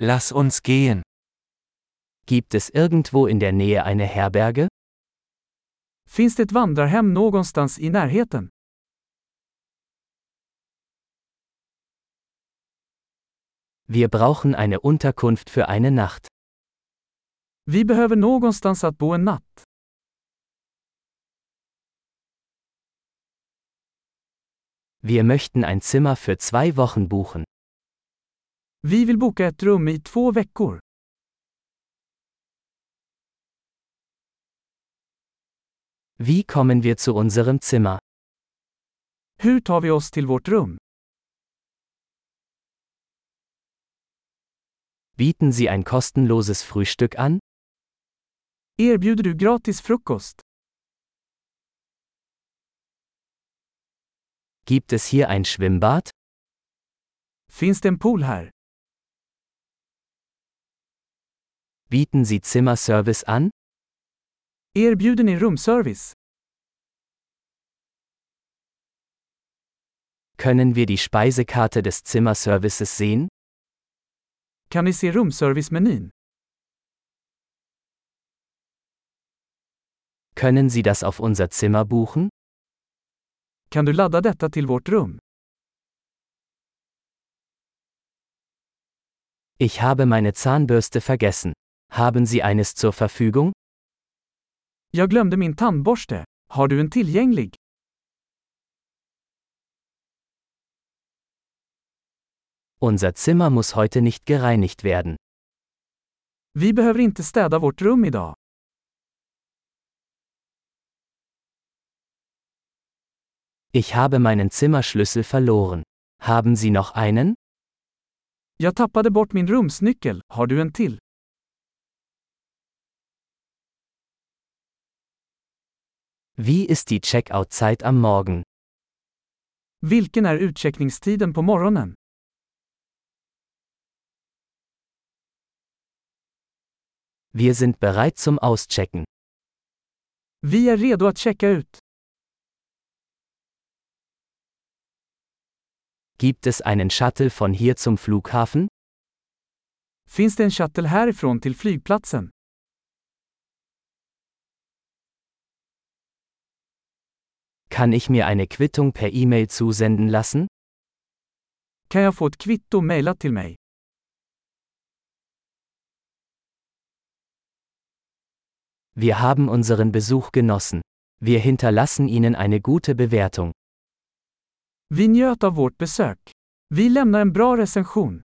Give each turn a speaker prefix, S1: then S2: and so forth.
S1: Lass uns gehen.
S2: Gibt es irgendwo in der Nähe eine Herberge?
S3: Finns det ett vandrarhem någonstans i närheten?
S2: Wir brauchen eine Unterkunft für eine Nacht.
S3: Vi behöver någonstans att bo en natt.
S2: Wir möchten ein Zimmer für zwei Wochen buchen.
S3: Vi vill boka ett rum i två veckor.
S2: Wie kommen wir zu unserem Zimmer?
S3: Hur tar vi oss till vårt rum?
S2: Bieten Sie ein kostenloses Frühstück an?
S3: Erbjuder du gratis frukost?
S2: Gibt es hier ein Schwimmbad?
S3: Finns det en pool här?
S2: Bieten Sie Zimmerservice an?
S3: Erbjuder ni rumservice?
S2: Können wir die Speisekarte des Zimmerservices sehen?
S3: Kan ni se rumservicemenyn?
S2: Können Sie das auf unser Zimmer buchen?
S3: Kan du ladda detta till vårt rum?
S2: Ich habe meine Zahnbürste vergessen. Haben Sie eines zur Verfügung?
S3: Jag glömde min tandborste. Har du en tillgänglig?
S2: Unser Zimmer muss heute nicht gereinigt werden.
S3: Vi behöver inte städa vårt rum idag.
S2: Ich habe meinen Zimmerschlüssel verloren. Haben Sie noch einen?
S3: Jag tappade bort min rumsnyckel. Har du en till?
S2: Wie ist die Checkout-Zeit am Morgen?
S3: Vilken är utcheckningstiden på morgonen?
S2: Wir sind bereit zum Auschecken.
S3: Vi är redo att checka ut.
S2: Gibt es einen Shuttle von hier zum Flughafen?
S3: Finns det en shuttle härifrån till flygplatsen?
S2: Kann ich mir eine Quittung per E-Mail zusenden lassen?
S3: Kan jag få ett kvitto mejlat till mig?
S2: Wir haben unseren Besuch genossen. Wir hinterlassen Ihnen eine gute Bewertung.
S3: Vi njöt av vårt besök. Vi lämnar en bra recension.